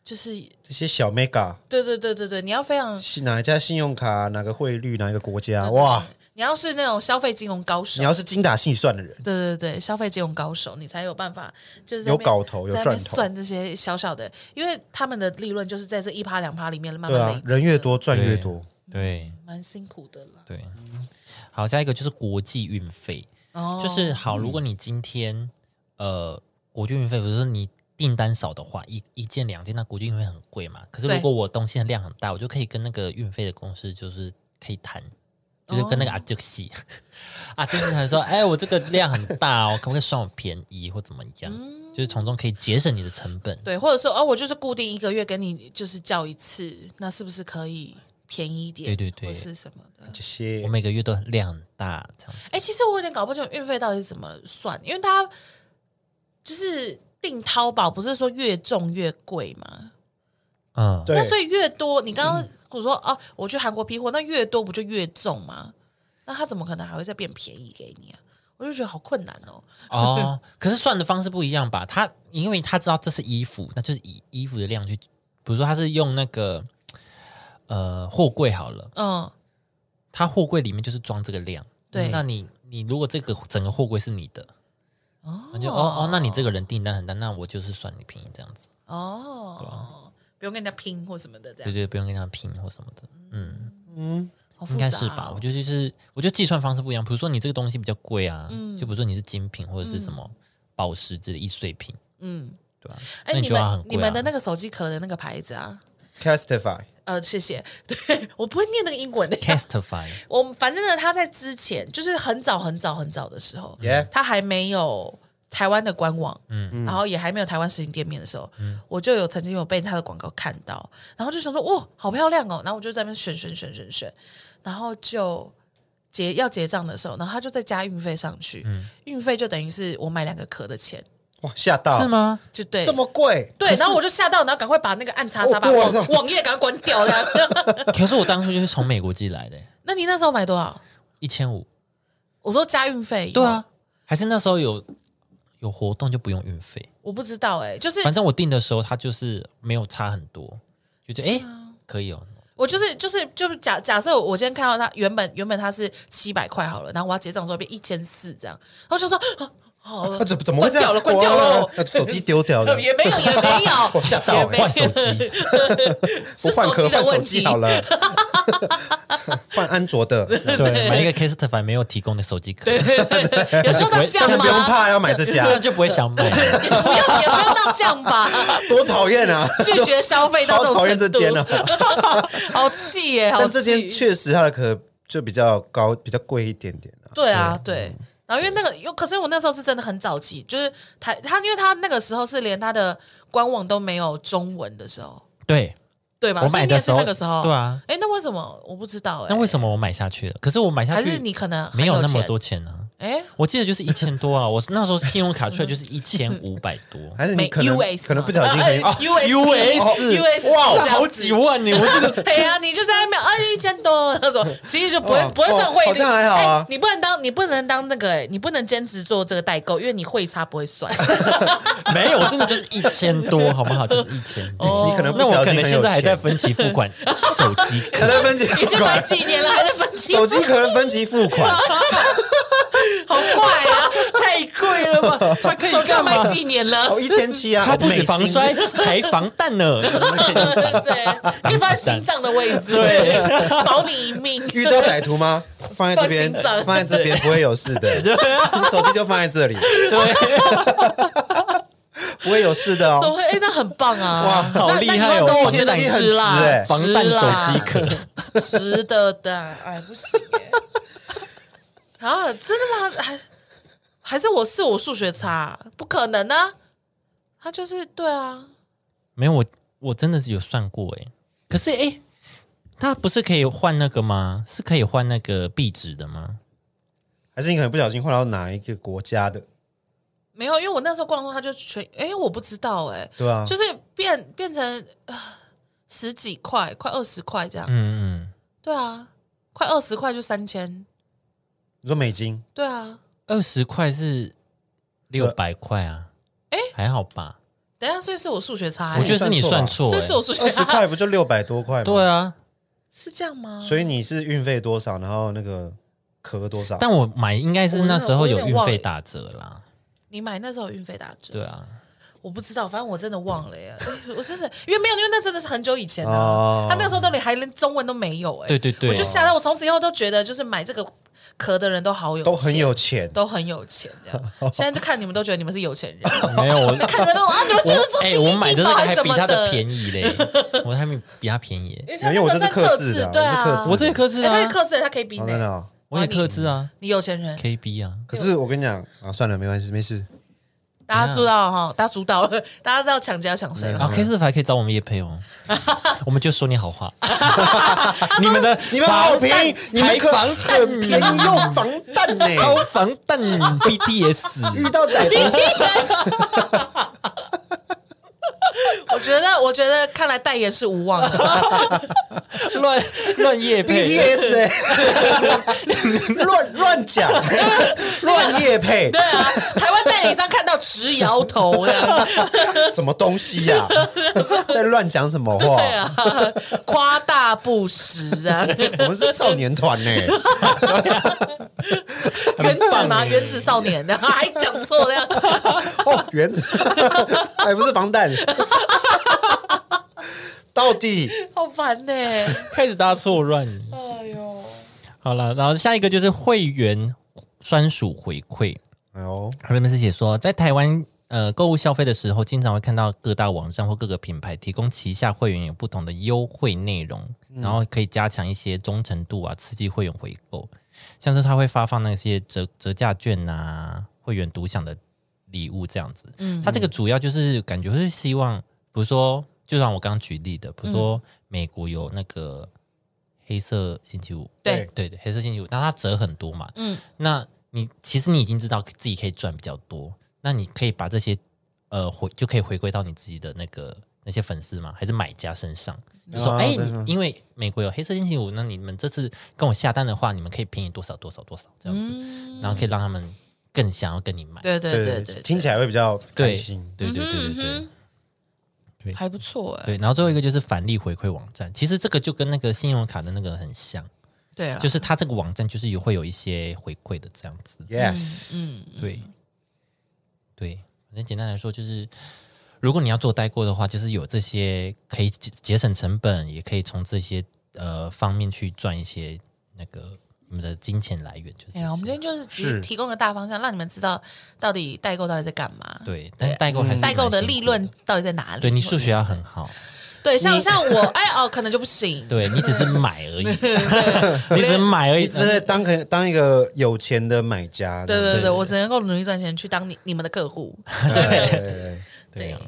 就是
这些小 mega
对对对对对，你要非常
是哪一家信用卡，哪个汇率，哪一个国家？
嗯
哇，
你要是那种消费金融高手
你，要是精打细算的人，
对对对，消费金融高手，你才有办法就是在
有
那边
搞头有
在那
赚
边
头
算这些小小的，因为他们的利润就是在这一趴两趴里面慢
对
慢累积
啊
的、，
人越多赚越
对
多。
对
蛮辛苦的啦。
对，好，下一个就是国际运费，
哦，
就是好，如果你今天呃国际运费，比如说你订单少的话，一一件两件，那国际运费很贵嘛。可是
对
如果我东西的量很大，我就可以跟那个运费的公司就是可以谈。就是跟那个
哦
阿杰西， 阿杰西他说：“哎、我这个量很大哦，可不可以算我便宜或怎么样？就是从中可以节省你的成本。
对，或者说哦，我就是固定一个月跟你就是叫一次，那是不是可以便宜一点？
对对对
或是什么的。
这些
我每个月都很量很大，这样子。
哎、其实我有点搞不清楚运费到底是怎么算，因为大家就是订淘宝不是说越重越贵吗？
嗯，
对
那所以越多，你刚刚我说哦、我去韩国批货，那越多不就越重吗？那他怎么可能还会再变便宜给你啊？我就觉得好困难哦。
哦，可是算的方式不一样吧？他因为他知道这是衣服，那就是以衣服的量去，比如说他是用那个呃货柜好了，
嗯，
他货柜里面就是装这个量。
对
那你你如果这个整个货柜是你的，哦，就哦哦，那你这个人订单很大，那我就是算你便宜这样子，
哦，不用跟人家拼或什么的，这
啊对
样
对，不用跟他拼或什么的，嗯，
好复
应
杂、
该
哦。
是吧？我觉得就是，我觉得计算方式不一样。比如说你这个东西比较贵啊，
嗯
就比如说你是精品或者是什么宝石之类易碎品，
嗯，
对吧、那
哎、
你
你
就要很
们
贵啊
你们的那个手机壳的那个牌子啊，
Castify
呃，谢谢。对我不会念那个英文的、
c a s t i f y
我反正呢，他在之前就是很早很早很早的时候，
耶，
他还没有台湾的官网，嗯，然后也还没有台湾实体店面的时候，
嗯
我就有曾经有被他的广告看到，然后就想说，哇，好漂亮哦，然后我就在那边选选选选选，然后就结要结账的时候，然后他就再加运费上去，
嗯
运费就等于是我买两个壳的钱，
哇，吓到
是？吗？
就对
这。么贵？
对，然后我就吓到，然后赶快把那个暗叉叉
哦
把
对我
网
知道
网页赶快关掉的。
可是我当初就是从美国寄来的，
那你那时候买多少？
一千五。
我说加运费，
对，啊，还是那时候有有活动就不用运费，
我不知道哎、就是
反正我订的时候它就是没有差很多，就觉得哎、
啊
诶可以哦。
我就是就是就是假假设我今天看到他原本原本他是七百块好了，然后我要结账的时候变一千四这样，然后我就说、啊哦
啊，怎怎么会这
关掉
样？
了关掉了
哇那手机丢掉了
呃，也没有，也没 有，
吓到
也
欸
没
哦换手机，
是
不换
手
壳
机的
换手
问
机
题
好了，换安卓的，
对，买一个 Castify 没有提供的手机壳，
对对对，有时候到这
但
样
是
吗？
不用怕要买这
这样
家，
就不会想买了。
也 不要也不要到这样吧，
多讨厌啊！
拒绝消费到
好
这种
讨厌
程
这
度，
间啊！
好气耶！好
但这间
气，
确实它的壳就比较高，比较贵一点点啊。
对啊，对。然后因为那个，又可是我那时候是真的很早期，就是台他，因为他那个时候是连他的官网都没有中文的时候，
对
对吧？
我
所以
买
你也
的
是
时候，
那个时候，
对。啊，
哎，那为什么我不知道？哎
那，为什么我买下去了？可是我买下
还
去
是你可能很
没有那么
钱？
多钱呢、
哎，
我记得就是一千多啊，我那时候信用卡出来就是一千五百多。
还是
美
你可能
US
可能不小
呃
心很 哦
US US
哦哇，好几万呢！我这个
对呀，你就在那边啊一千多那种，其实就不会
哦
不会算汇率，
哦好像还好啊
哎你不能当你不能当那个，哎你不能兼职做这个代购，因为你汇差不 会算。
没有，我真的就是一千多，好不 好？就是一千多。
你可能
哦
不
那我
小
可
心
能
很
现
有
在还在
钱，
分期付款手机
还
壳，
在分期
已
付
经买
款，
几年了，还在分期，
手机壳分期付 款，
好怪啊！
太贵了 吧？它可
手
以
机要
干
买
嘛？
几年了
哦，？一千七 啊！
它不止防
美
摔
金，，
还防弹呢。
对，可以放在心脏的位置，
啊对，
保你一命。
遇到歹徒 吗？放在这边
放心脏，
放在这边不会有事的。你 手机就放在这里，
对，
不会有事
怎
的哦。
么会？哎，那很棒啊！
哇
那
好厉害哦
那一万多
哇
我觉得
这个很
值啦，
值哎
防
值
弹
啦
手机壳，
值得的，哎，不行耶。啊，真的吗？还还是我是我数学差？不可能啊！他就是对啊，
没有我，我真的是有算过哎。可是哎，它不是可以换那个吗？是可以换那个壁纸的吗？
还是你可能不小心换到哪一个国家的，
没有，因为我那时候逛的时候，他就全，哎，我不知道，哎，
对啊
哦
吧？
就是变变成、呃、十几块，快二十块这样。
嗯嗯，
对啊，快二十块就三千。
你说美金，
对啊，
二十块是六百块啊。
哎
还好吧，
等一下，所以是我数学差、
我
欸，
觉得是啊你算错
所
欸，
以是我数学
二十
差，
块不就六百多块吗？
对啊，
是这样吗？
所以你是运费多少，然后那个壳多少？
但我买应该是那时候有运费打折啦，
你买那时候有运费打折。
对啊，
我不知道，反正我真的忘了耶， 我真的因为没有，因为那真的是很久以前啊
哦，啊
他那时候都连还连中文都没有哎，
对对对
我就吓到我从此以后都觉得就是买这个壳的人都好有
都很
钱
有钱，
都很有钱这 样，现在就看你们都觉得你们是有钱人，
没有我。
看你们都啊你们是不是
我
做
哎，
新
我
衣
买的
地
那
堡
个
还是
还
什
比
么
他的
的，
便宜 嘞，我还没比他便宜耶。
因为他
因为我
那
这
个
是
算
克
克
制的
对啊，
我
我是克制
这也克制
哎他也
啊，
克制，他 KB
哦真的
呢，
哦。
我也克制啊
你有钱人，
，KB 啊，
可是我跟你讲啊，算了，没关系，没事。
大家知道哈，大家主导了，大家知道抢家抢谁了
啊。K 四还可以找我们叶配 哦，我们就说你好 话。你们的
你们好便宜，你们
还
可
防弹
很便宜又防 弹呢、
超防弹 BTS，
遇到歹徒，
我觉得，我觉得看来代言是无望的。
乱乱叶配，
BTS 哎、乱乱讲，乱夜配
对啊，台湾代理商看到直摇头这样子，
什么东西呀、在乱讲什么话？
对啊，夸大不实啊。
我们是少年团呢、
原子嘛，原子少年的， 还讲错这样，
哦，原 子还不是防弹，到底
好烦呢、
开始大家错乱。
哎呦，
好了，然后下一个就是会员专属回馈，
哎呦，
他们是写说，在台湾呃购物消费的时候，经常会看到各大网站或各个品牌提供旗下会员有不同的优惠内容，然后可以加强一些忠诚度啊，刺激会员回购。像是他会发放那些折折价券啊，会员独享的礼物这样子。嗯，他这个主要就是感觉是希望，比如说，就像我刚刚举例的，比如说美国有那个黑色星期五，
对
对对，黑色星期五，那它折很多嘛，
嗯
嗯，那你其实你已经知道自己可以赚比较多，那你可以把这些呃回就可以回归到你自己的那个那些粉丝嘛，还是买家身上。就说
啊
哎、
对
你因为美国有黑色星期五，那你们这次跟我下单的话，你们可以便宜多少多少多少这样子，
嗯
然后可以让他们更想要跟你买。
对对对对对，
听起来会比较开
对
心。
对对对对对、
嗯
对
还不错哎、
对。然后最后一个就是返利回馈网站，其实这个就跟那个信用卡的那个很像，
对啊了，
就是它这个网站就是有会有一些回馈的这样子。
嗯
Yes，
对，对，反正简单来说就是，如果你要做代购的话，就是有这些可以节节省成本，也可以从这些呃方面去赚一些那个你们的金钱来源，就是这
哎呀，我们今
些。
天就是只
是
提供个大方向，让你们知道到底代购到底在干嘛。
对，但是代购还是
代购嗯的
蛮辛苦
利润，嗯到底在哪里？
对你数学啊要很好，
对，像像我哎哦，可能就不行。
对你只是买而已，你只是买而已嗯
你，只是当个当一个有钱的买家，
对
对
对对，我只能够努力赚钱去当你你们的客户。对
对对，
对啊。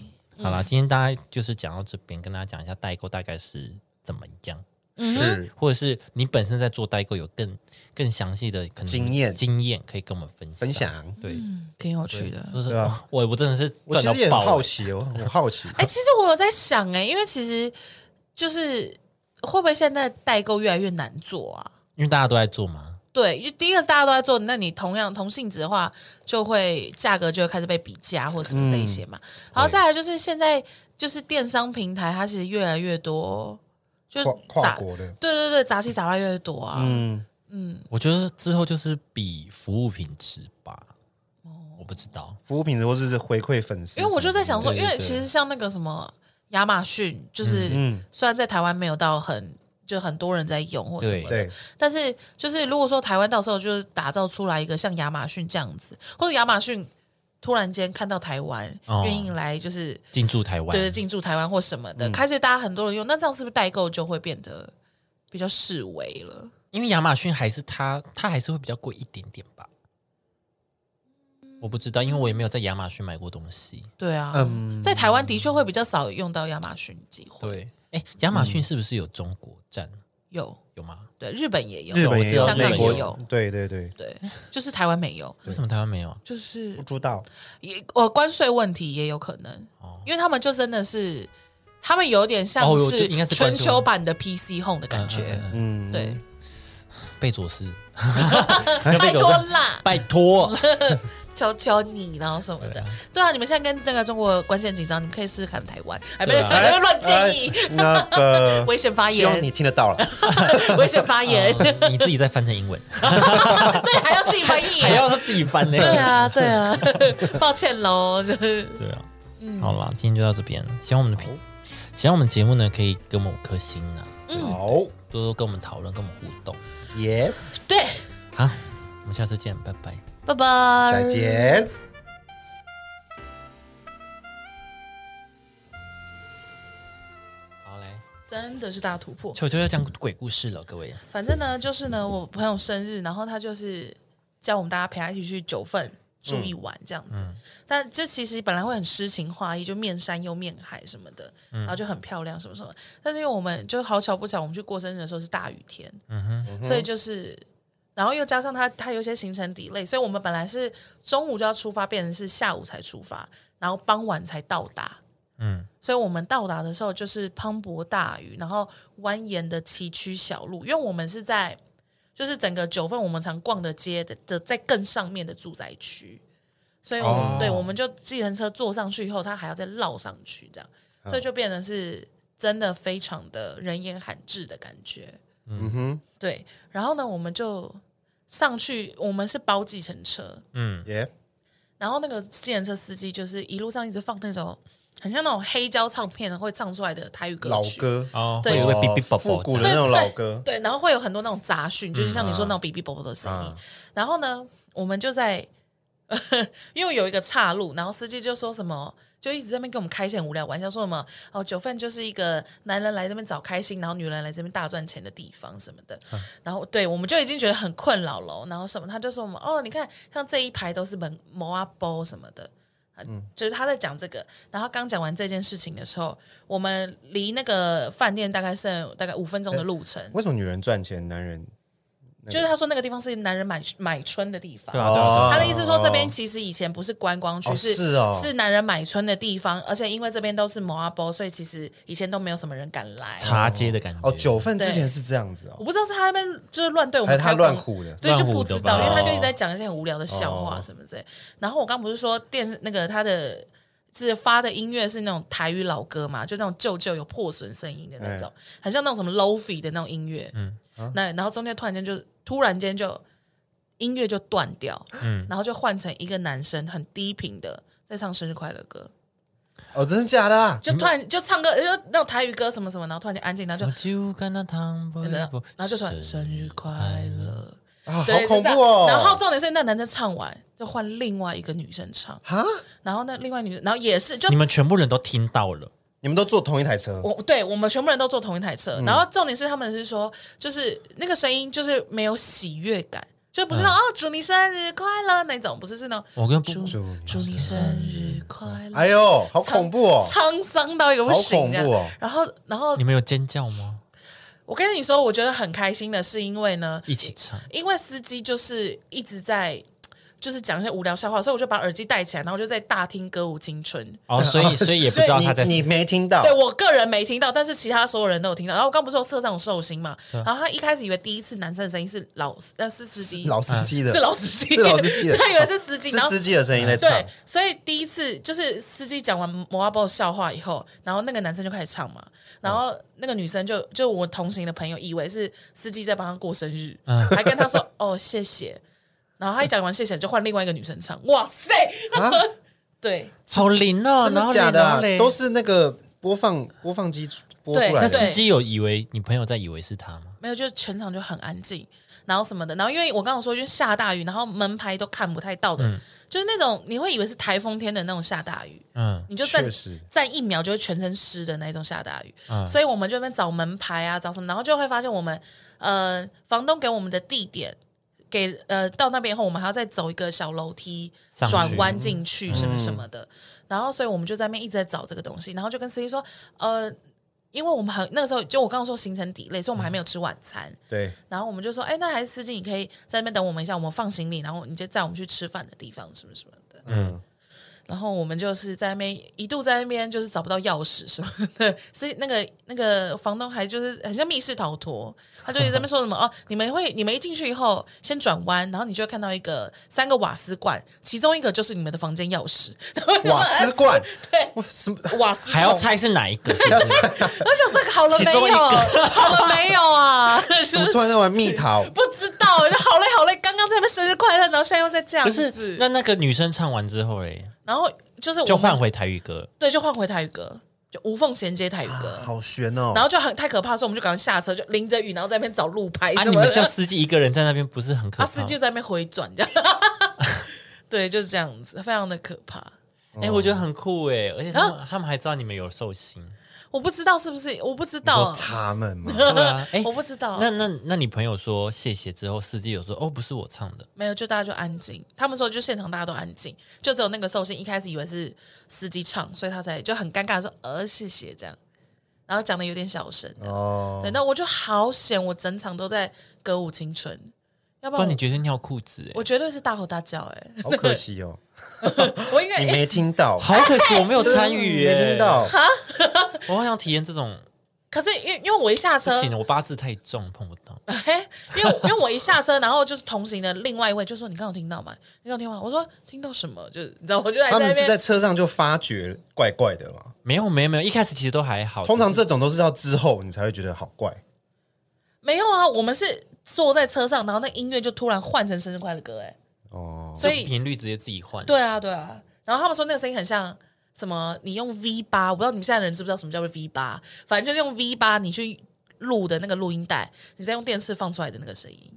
好啦，今天大家就是讲到这边，跟大家讲一下代购大概是怎么样。
对是
或者是你本身在做代购有更更详细的可能
经验
经验可以跟我们分享
分。享。
对，
挺有趣的。
就是
对啊
哇我我真的是
我
赚
其
到
实也很
爆
好
了，
奇，我我好奇，
哎、其实我有在想哎、因为其实就是会不会现在代购越来越难做啊？
因为大家都在做嘛。
对，因为第一个是大家都在做，那你同样同性质的话，就会价格就会开始被比价或者什么这一
嗯
些嘛。然后再来就是现在就是电商平台，它其实越来越多，就
跨跨
杂
国的，
对对对，杂七杂八越来越多啊。
嗯，
我觉得之后就是比服务品质吧，
哦
我不知道。
服务品质或者是回馈粉丝什么的，
因为我就在想说，
对嗯
因为其实像那个什么亚马逊，就是、虽然在台湾没有到很就很多人在用或什么的，
对
但是就是如果说台湾到时候就是打造出来一个像亚马逊这样子，或者亚马逊突然间看到台湾
哦
愿意来就是
进驻台湾，
对对进驻台湾或什么的，开始大家很多人用，那这样是不是代购就会变得比较视为了？
因为亚马逊还是它，它还是会比较贵一点点吧。我不知道，因为我也没有在亚马逊买过东西。
对啊，
嗯
在台湾的确会比较少用到亚马逊机会，
对，哎，亚马逊是不是有中国站？
有
有吗？
对日本也有，
日本
我
也
知道
有，
香港
美国
也有
对对对，
对，就是台湾没有，
为什么台湾没有啊？
就是
不知道，
也呃关税问题也有可能，因为他们就真的是，他们有点像
哦有
是
应该是关
全
税
球版的 PC Home 的感
嗯嗯
觉，
嗯
嗯，
对，
贝佐斯，
拜托啦，
拜托，哦
求求你，然后什么的，对啊，你们现在跟那个中国关系很紧张，你们可以试试看台湾，哎，不是
对啊
不要 乱建议，
哎那 个
危险发
希望
言
你，听得到了，
危险发 言，
嗯你自己再翻成英文，
对，还要自己翻译
啊
啊
还，要他自己翻呢、
对啊，对啊， 抱歉喽，就是
对啊，好啦，今天就到这边。喜欢我们的频，喜欢我们节目呢，可以给我们五颗星啊，
嗯
好
多多跟我们讨论，跟我们互动。
，yes，
对，
好，我们下次见，拜拜。
拜拜，
再见。
好，来，
真的是大突破。
球球要讲鬼故事了，各位。
反正呢，就是呢，我朋友生日，然后他就是叫我们大家陪他一起去九份住一晚这样子。但这其实本来会很诗情画意，就面山又面海什么的，然后就很漂亮什么什么。但是因为我们就好巧不巧，我们去过生日的时候是大雨天，所以就是。然后又加上他，他有一些行程 delay，所以我们本来是中午就要出发，变成是下午才出发，然后傍晚才到达。所以我们到达的时候就是磅礴大雨，然后蜿蜒的崎岖小路，因为我们是在就是整个九份我们常逛的街的的在更上面的住宅区，所以我们、
哦
对我们就计程车坐上去以后，它还要再绕上去，这样，
哦
所以就变得是真的非常的人烟罕至的感觉。
嗯哼
对，然后呢，我们就上去，我们是包计程车，
嗯，
耶，
然后那个自行车司机就是一路上一直放那种很像那种黑胶唱片会唱出来的台语歌
老
曲，
歌，
哦，
对
会有一位
哦
哔哔宝
复古
宝的，
对
的那种
对
老歌嗯
对，然后会有很多那种杂讯，就是像你说那种哔哔啵啵的声音。
啊
然后呢，我们就在因为有一个岔路，然后司机就说什么。就一直在那边跟我们开一些很无聊玩笑，说什么哦，九份就是一个男人来这边找开心，然后女人来这边大赚钱的地方什么的。然后对，我们就已经觉得很困扰了。然后什么，他就说我们哦，你看像这一排都是门摩阿波什么的，啊就是他在讲这个，然后刚讲完这件事情的时候，我们离那个饭店大概剩大概五分钟的路程，
为什么女人赚钱，男人
就是他说那个地方是男人买买春的地方
对。啊，对啊，对啊
哦
他的意思说，这边其实以前不是观光区，
哦
是
是哦
男人买春的地方，而且因为这边都是摩阿波，所以其实以前都没有什么人敢来。
茶街的感觉。
哦，九份之
对
前是这样子
我
哦，
不知道是他那边就是乱对我
还
们
是他
开广
乱唬的哦
对，就
乱唬
不
的
知道，
吧
因为他就一直在讲一些很无聊的笑话什么之类。然后我刚不是说电那个他的是发的音乐是那种台语老歌嘛，就那种旧旧有破损声音的那种，
哎
很
啊
像那种什么 lofi 的那种音乐。嗯，那然后中间突然间就突然间就。音乐就断掉，嗯，然后就换成一个男生很低频的在唱生日快乐歌，
哦，真的假的啊？
就突然就唱歌，就那种台语歌什么什么，然后突然就安静，然后
我
就
就跟他糖不
然
不
后，然后就说生日快乐，
啊，好
对，就
恐
这样
怖哦！
然后重点是那男生唱完就换另外一个女生唱，
哈，
然后那另外女生，然后也是就
你们全部人都听到了，
你们都嗯坐同一台车，
我对我们全部人都坐同一台车，然后重点是他们是说，就是那个声音就是没有喜悦感，就不是那种、
嗯
哦祝你生日快乐那种，不是是那种
我跟不
祝你
祝你生日快乐，
哎呦，好
苍
恐怖哦！
沧桑到一个不行这样
好恐怖哦
然后然后
你们有尖叫吗？
我跟你说，我觉得很开心的是因为呢，
一起唱，
因为司机就是一直在。就是讲一些无聊笑话，所以我就把耳机戴起来，然后就在大厅歌舞青春。
哦，所以所以也不知道他在
你你没听到
对我个人没听到，但是其他所有人都有听到。然后我刚不是有车上寿星嘛，
嗯
然后他一开始以为第一次男生的声音是老呃是司机，
老司机 的，
是老司机，
是老司机的
他以为是司机，
是
然后
司。机的声音在唱，
对，所以第一次就是司机讲完摩阿波的笑话以后，然后那个男生就开始唱嘛，然后
嗯
那个女生就就我同行的朋友以为是司机在帮他过生日，
嗯
还跟他说哦谢谢，然后他一讲完谢谢就换另外一个女生唱，哇塞，
啊
对，
好灵哦，然
真的
后
假
嘞
的啊
然后？嘞
都是那个播放播放机播出
那
对
来
司
的，
机有以为你朋友在以为是他吗？
没有，就全场就很安静，然后什么的，然后因为我刚刚说就是下大雨，然后门牌都看不太到的，就是那种你会以为是台风天的那种下大雨，
嗯，
你就站
确实
站一秒就会全身湿的那种下大雨，所以我们就在那边找门牌啊，找什么，然后就会发现我们呃房东给我们的地点。给呃到那边后，我们还要再走一个小楼梯
上去
转弯进去什么什么的，然后所以我们就在那边一直在找这个东西，然后就跟司机说，呃，因为我们很那个时候就我刚刚说行程底累，所以我们还没有吃晚餐，
对，
然后我们就说，哎，那还是司机，你可以在那边等我们一下，我们放行李，然后你就载我们去吃饭的地方，什么什么的。
嗯，
然后我们就是在那边一度在那边就是找不到钥匙什么的， 所以那个那个房东还就是很像密室逃脱，他就一直在那边说什 么哦，你们会你们一进去以后先转弯，然后你就会看到一个三个瓦斯罐，其中一个就是你们的房间钥匙， 然后我就说
瓦斯罐，
对，
哇什么？
瓦斯
还要
罐
猜是哪一个？
要是
我想说好了没
其中一
有，
个
好了没有啊？
怎么突然在玩蜜桃？
不知道，我就好累好累。刚刚在那边生日快乐，然后现在又在这样
不
子，
是，那那个女生唱完之后嘞，
然后就是我们
就换回台语歌。
对，就换回台语歌，就无缝衔接台语
啊
歌。
好悬哦
然！后就很太可怕，所以我们就赶快下车，就淋着雨，然后在那边找路牌
啊，你
什哎么
们
的
叫。司机一个人在那边，不是很可怕？
啊，司机就在那边回转，这样。对，就是这样子，非常的可怕。
哎，我觉得很酷哎，而且他
啊
们他们还知道你们有寿星。
我不知道是不是，我不知
你说
道，啊
他们吗？
对啊，哎
我，不知道
那，那那你朋友说谢谢之后，司机有说哦，不是我唱的，
没有，就大家就安静。他们说就现场大家都安静，就只有那个寿星一开始以为是司机唱，所以他才就很尴尬地说呃谢谢这样，然后讲的有点小声。
哦
对，，那我就好险，我整场都在歌舞青春，要不
不然
然
你
我
绝对尿裤子哎
我。绝对是大吼大叫 哎、
好可惜哦，
我应该、
你没听到，
好可惜，我没有参与，欸
没听，到，
我好想体验这种。
嗯可是因为因为我一下
不
车，
行，我八字太重，碰不到。
哦
嘿，因为因为我一下车，然后就是同行的另外一位就说你刚刚有听到吗？你刚有听到吗？我说听到什么？就是你知道，我就在
他们
那
是
边
在车上就发觉怪怪的嘛。
没有，没有，没有，一开始其实都还好。
通常
只是
这种都是要之后你才会觉得好怪。
没有啊，我们是坐在车上，然后那音乐就突然换成生日快乐歌哎、
哦，
所以
频率直接自己换。
对啊对啊，然后他们说那个声音很像。什么？你用 V 八，我不知道你们现在的人知不知道什么叫做 V 八，反正就是用 V 八你去录的那个录音带，你再用电视放出来的那个声音。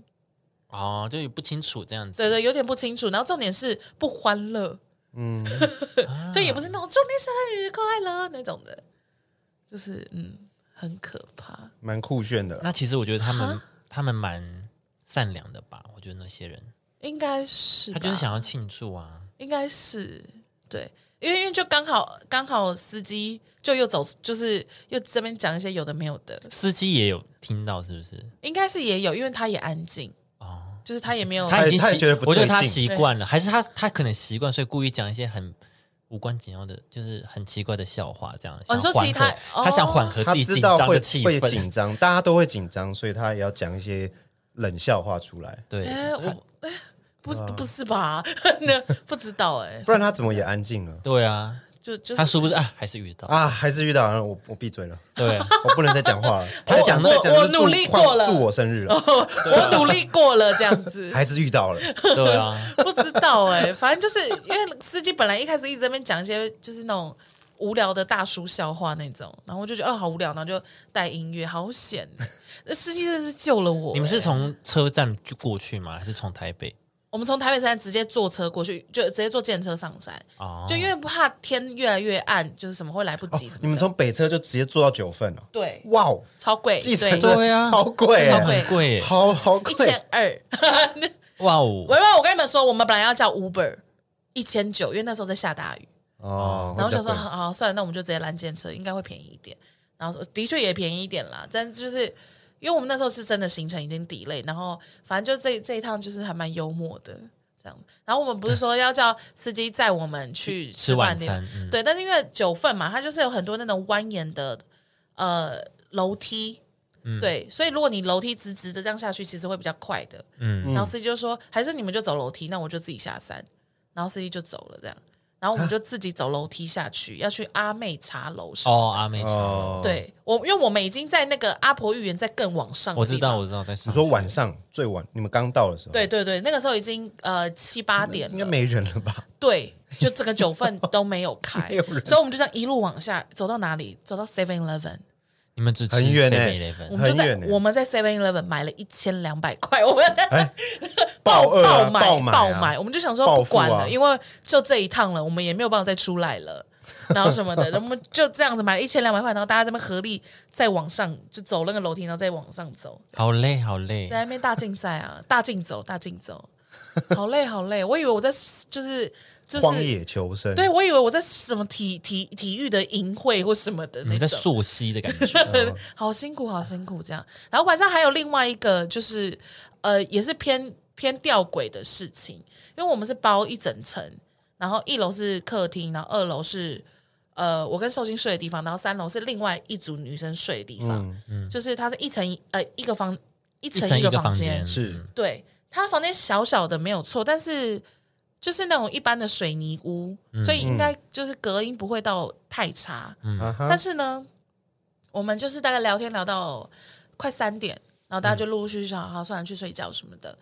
哦，就也不清楚这样子。
对对，有点不清楚。然后重点是不欢乐，嗯， 就也不是那种祝你生日快乐那种的，就是嗯，很可怕。
蛮酷炫的啦。
那其实我觉得他们他们蛮善良的吧？我觉得那些人，
应该是
他就是
吧
想要庆祝啊。
应该是对，因为因为就刚好刚好司机就又走，就是又这边讲一些有的没有的，
司机也有听到是不是？
应该是也有，因为他也安静
哦，
就是他也没有，
他已经
他也
习
觉得不
我觉得
对
他
劲
习惯了，还是他他可能习惯，所以故意讲一些很。无关紧要的，就是很奇怪的笑话，这样。
哦
想
你说
缓
其
和
他
他想
哦
缓和
他
呃自己
知
紧
道
张
会
的气
会
氛
紧。张，大家都会紧张，所以他也要讲一些冷笑话出来，
对，
哎，
他
我哎不不是吧？那不知道哎、
不然他怎么也安静了？
对啊，
就就是
他是不是啊？还是遇到？
啊，还是遇到，然后我我闭嘴了，
对，啊
我不能再讲话了。他讲
我
再讲就
我
是祝
努力过了
祝我生日了，
我努力过了这样 子，
还是遇到了。
对啊，
不知道哎、反正就是因为司机本来一开始一直在那边讲一些就是那种无聊的大叔笑话那种，然后我就觉得哦好无聊，然后就带音乐，好险！ 那司机真的是救了我、
你们是
哎
从车站就过去吗？还是从台北？
我们从台北山直接坐车过去，就直接坐电车上山，
哦
就因为怕天越来越暗，就是什么会来不及什么的、
你们从北车就直接坐到九份了，
对
哇哦，
超贵，
计
对
程
对对啊
车超贵
超
耶，
很贵耶！
好好
一
贵
千，二。
哇哦，
喂喂，我跟你们说，我们本来要叫 Uber 一千九，因为那时候在下大雨。
哦，
然后想说，
比较贵
好好算了，那我们就直接拦检车，应该会便宜一点。然后的确也便宜一点啦，但就是因为我们那时候是真的行程已经抵累，然后反正就这这一趟就是还蛮幽默的这样。然后我们不是说要叫司机载我们去
吃晚
饭店，
餐，嗯，
对，但是因为九份嘛，它就是有很多那种蜿蜒的呃楼梯。对，所以如果你楼梯直直的这样下去，其实会比较快的。
嗯
嗯，然后司机就说：“还是你们就走楼梯，那我就自己下山。”然后司机就走了，这样，然后我们就自己走楼梯下去，要去阿妹茶楼上。
哦，阿妹茶，
哦，，
对我，因为我们已经在那个阿婆寓园在更往上，
我知道，。我知道，在上
你说晚上最晚，你们刚到的时候，
对对对，那个时候已经呃七八点
应该
了，
没人了吧？
对，就这个九份都没有开，
没有人
所以我们就这样一路往下走到哪里？走到 Seven Eleven，
你们只吃
很远
Seven
耶
Eleven，
我们就在、
很远欸
我们在 Seven Eleven 买了一千两百块， 我们在
哎爆饿
爆
啊
买
爆买啊
买，我们就想说
暴
不
富
管了，
啊
因为就这一趟了，我们也没有办法再出来了。 然后什么 的，我们就这样子买了一千两百块，然后大家这边合力再往上，就走那个楼梯，然后再往上走，
好累，好累，
在那边大竞赛啊， 大竞走，大竞走，好累好累。我以为我在就是就是
荒野求生，
对，我以为我在什么体体体育的营会或什么的
你
那
们在
种，
溯溪的感觉，
好辛苦，好辛苦这样。然后晚上还有另外一个，就是呃，也是偏偏吊诡的事情，因为我们是包一整层，然后一楼是客厅，然后二楼是呃我跟寿星睡的地方，然后三楼是另外一组女生睡的地方，就是它是一层一呃一个房一
一
层
层
一
个
个
房
房间，
是
对，他房间小小的没有错，但是就是那种一般的水泥屋，所以应该就是隔音不会到太差。
啊
但
哈，
是呢，我们就是大概聊天聊到快三点，然后大家就陆陆续续说好，好算了，去睡觉什么的。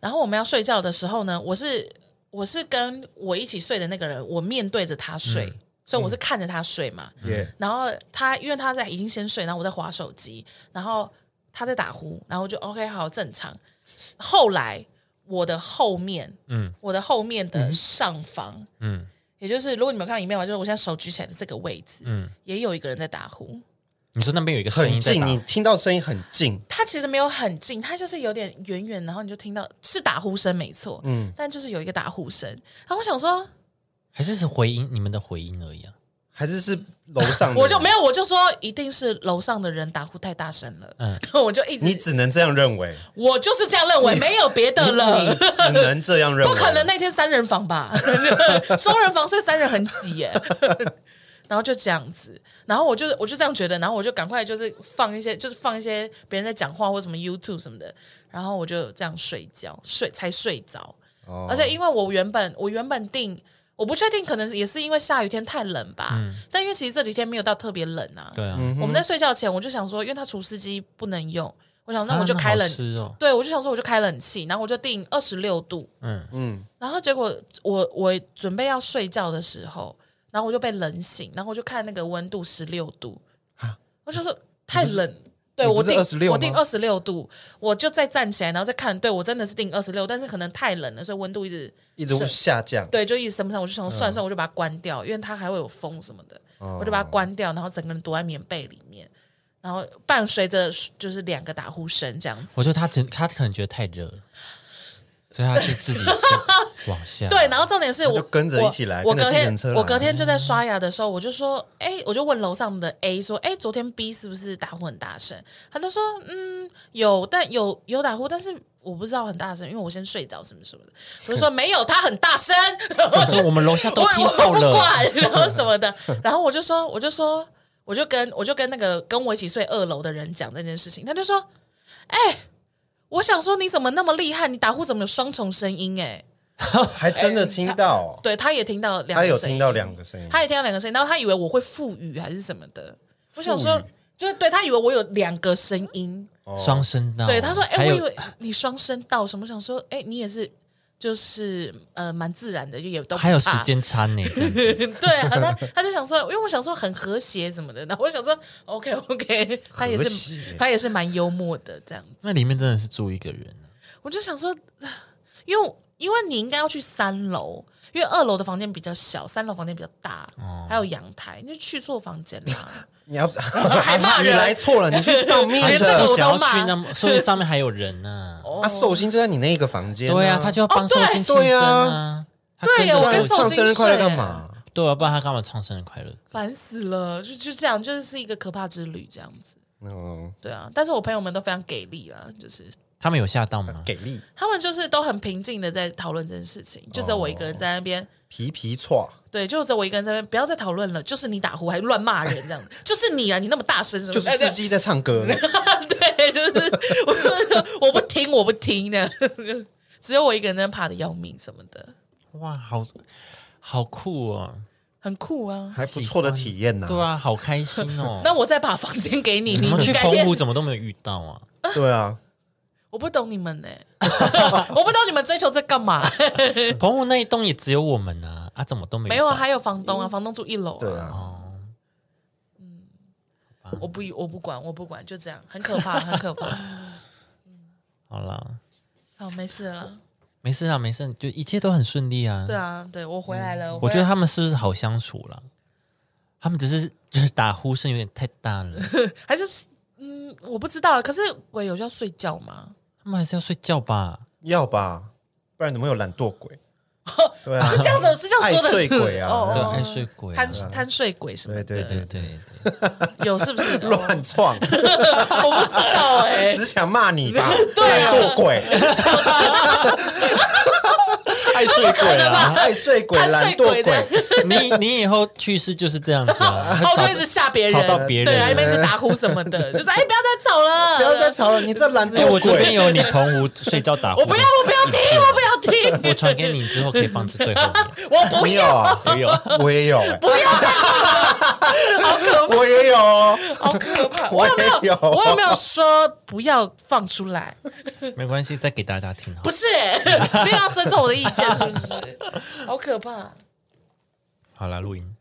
然后我们要睡觉的时候呢，我是我是跟我一起睡的那个人，我面对着他睡，所以我是看着他睡嘛。
耶，
然后他因为他在已经先睡，然后我在划手机，然后他在打呼，然后我就 OK 好正常。后来我的后面，
嗯
嗯，我的后面的上方，
嗯
也就是如果你们有看到影片嘛，就是我现在手举起来的这个位置，
嗯，
也有一个人在打呼。
你说那边有一个声
很
音在
近，
打
你听到声音很近，
他其实没有很近，他就是有点远远，然后你就听到是打呼声没错，嗯，但就是有一个打呼声。然后我想说，
还是是回音，你们的回音而已啊。
还是是楼上的人，
我就没有，我就说一定是楼上的人打呼太大声了，嗯， 我就一直
你只能这样认为，
我就是这样认为，没有别的
你
了。
只能这样认
不
为，
可能那天三人房吧？ 双人房睡三人很挤耶。 然后就这样子，然后我就我就这样觉得，然后我就赶快就是放一些就是放一些别人在讲话或什么 YouTube 什么的，然后我就这样睡觉睡才睡着。
哦
而且因为我原本我原本定我不确定，可能也是因为下雨天太冷吧，
嗯
但因为其实这几天没有到特别冷啊。
对啊，
嗯
我们在睡觉前我就想说，因为它除湿机不能用，我想那
啊
我就开
好
冷
湿哦。
对，我就想说我就开冷气，然后我就定二十六度，
嗯
嗯，
然后结果我我准备要睡觉的时候，然后我就被冷醒，然后我就看那个温度十六度，我就说太冷。对
你不
我
是
定
26
我定
吗
二十六度，我就再站起来，然后再看。对我真的是定二十六，但是可能太冷了，所以温度一直
一直
是
下降，
对，就一直升不上。我就想说算了算了，我就把它关掉，因为它还会有风什么的，我就把它关掉，然后整个人躲在棉被里面，然后伴随着就是两个打呼声这样子。
我觉得他真他可能觉得太热了，所以他就自己就往下。
对，然后重点是我
就跟着一起来
我我
跟着
隔
计
天
程车来
我隔天就在刷牙的时候，我就说，哎、我就问楼上的 A 说，哎、昨天 B 是不是打呼很大声？他就说，嗯，有，但有有打呼，但是我不知道很大声，因为我先睡着什么什么的。我就说没有，他很大 声，
我说我们楼下
我
都听
我
到
不
了，
管，然后什么的，然后我就说，我就说，我就跟我就跟那个跟我一起睡二楼的人讲这件事情，他就说，哎、我想说你怎么那么厉害？你打呼怎么有双重声音、哎，
还真的听到哦，
对，哎他也听到两
他
个
有
声音
听到两个声音，
他也听到两个声音，然后他以为我会腹语还是什么的。我想
腹
说
语，
就是对他以为我有两个声音，
双声道。
对他说：“哎、
哦还
我
有
以为你双声道什么？”想说：“哎、你也是，就是呃，蛮自然的，就也都不
还有时
怕
间差呢，这样
对啊，他他就想说，因为我想说很和谐什么的，然后我想说 OK OK，他也
和
是
谐
他也是蛮幽默的这样子，
那里面真的是住一个人啊，
我就想说， 因为因为你应该要去三楼，因为二楼的房间比较小，三楼房间比较大，
哦
还有阳台，你就去错房间 啦。
你要
还骂
你
人
来错了，你去上面
连这个
的。
我
想要
都骂
去那么，所以上面还有人呢。
啊，寿星就在你那一个房间、
对啊，他就要帮
哦
寿
对
星庆
对
生
啊
啊。他
对
跟着
哎耶我跟
寿星
那你
寿星
唱生日快乐
睡
干嘛？
对啊，不然他干嘛唱生日快乐歌？
烦死了，就就这样，就是是一个可怕之旅这样子。
嗯，
对啊，但是我朋友们都非常给力啦，就是
他们有吓到吗？
给力，
他们就是都很平静的在讨论这件事
哦
情，就只有我一个人在那边。
皮皮错，
对，就只有我一个人在那边，不要再讨论了，就是你打呼还乱骂人这样子， 就是你啊，你那么大声什么，
就是司机在唱歌，
对，就是我我不听，我不听的， 只有我一个人在那怕的要命什么的，
哇，好好酷哦！
很酷啊。
还不错的体验呐、
对啊，好开心 哦。
那我再把房间给你，你
我们去
你改
澎
天
湖，怎么都没有遇到 啊？
对啊，
我不懂你们呢、我不懂你们追求这干嘛？
澎湖那一栋也只有我们啊，啊，怎么都没
没有，啊，
到
还有房东啊，房东住一楼、
对
啊，
啊，
我不我不管，我不管，就这样，很可怕，很可怕。
好啦，
好，没事了。
没事啊，没事，就一切都很顺利啊。
对啊，对我回来了。
我
回来
觉得他们是不是好相处啦？他们只是就是打呼声有点太大了，
还是嗯，我不知道。可是鬼有需要睡觉吗？
他们还是要睡觉吧？
要吧，不然怎么有懒惰鬼？对啊
是，这样的，是这样说的。
爱睡鬼啊
对，
哦
爱睡鬼啊、
贪贪睡鬼什么的，
对
对对对，
有是不是？哦
乱 撞，
我不知道哎、
只想骂你吧，
对啊
懒 惰鬼，
爱睡鬼啊！
爱睡 鬼，
贪
懒
睡
惰
鬼这样呃
鬼，
你你以后去世就是这样子啊，
哦，就一直吓别人，
吵到别人
对啊，一边一直打呼什么的，就是哎，不要再吵了，
不要再，吵了，你这懒
哎、我
惰
这边
鬼，
有你澎 湖睡觉打呼，
我不要，我不要听，我不要听，
我传给你之后可以放至最 后面。
我不
没有
要，
啊，
没 有，
我也有、欸，
不要再好可
我也有哦，
怕，好可怕！
我
我有没
也有
有，我有没有说不要放出来？
没关系，再给大家听好
不。是，没有要尊重我的意见，是不是？好可怕！
好啦，录音。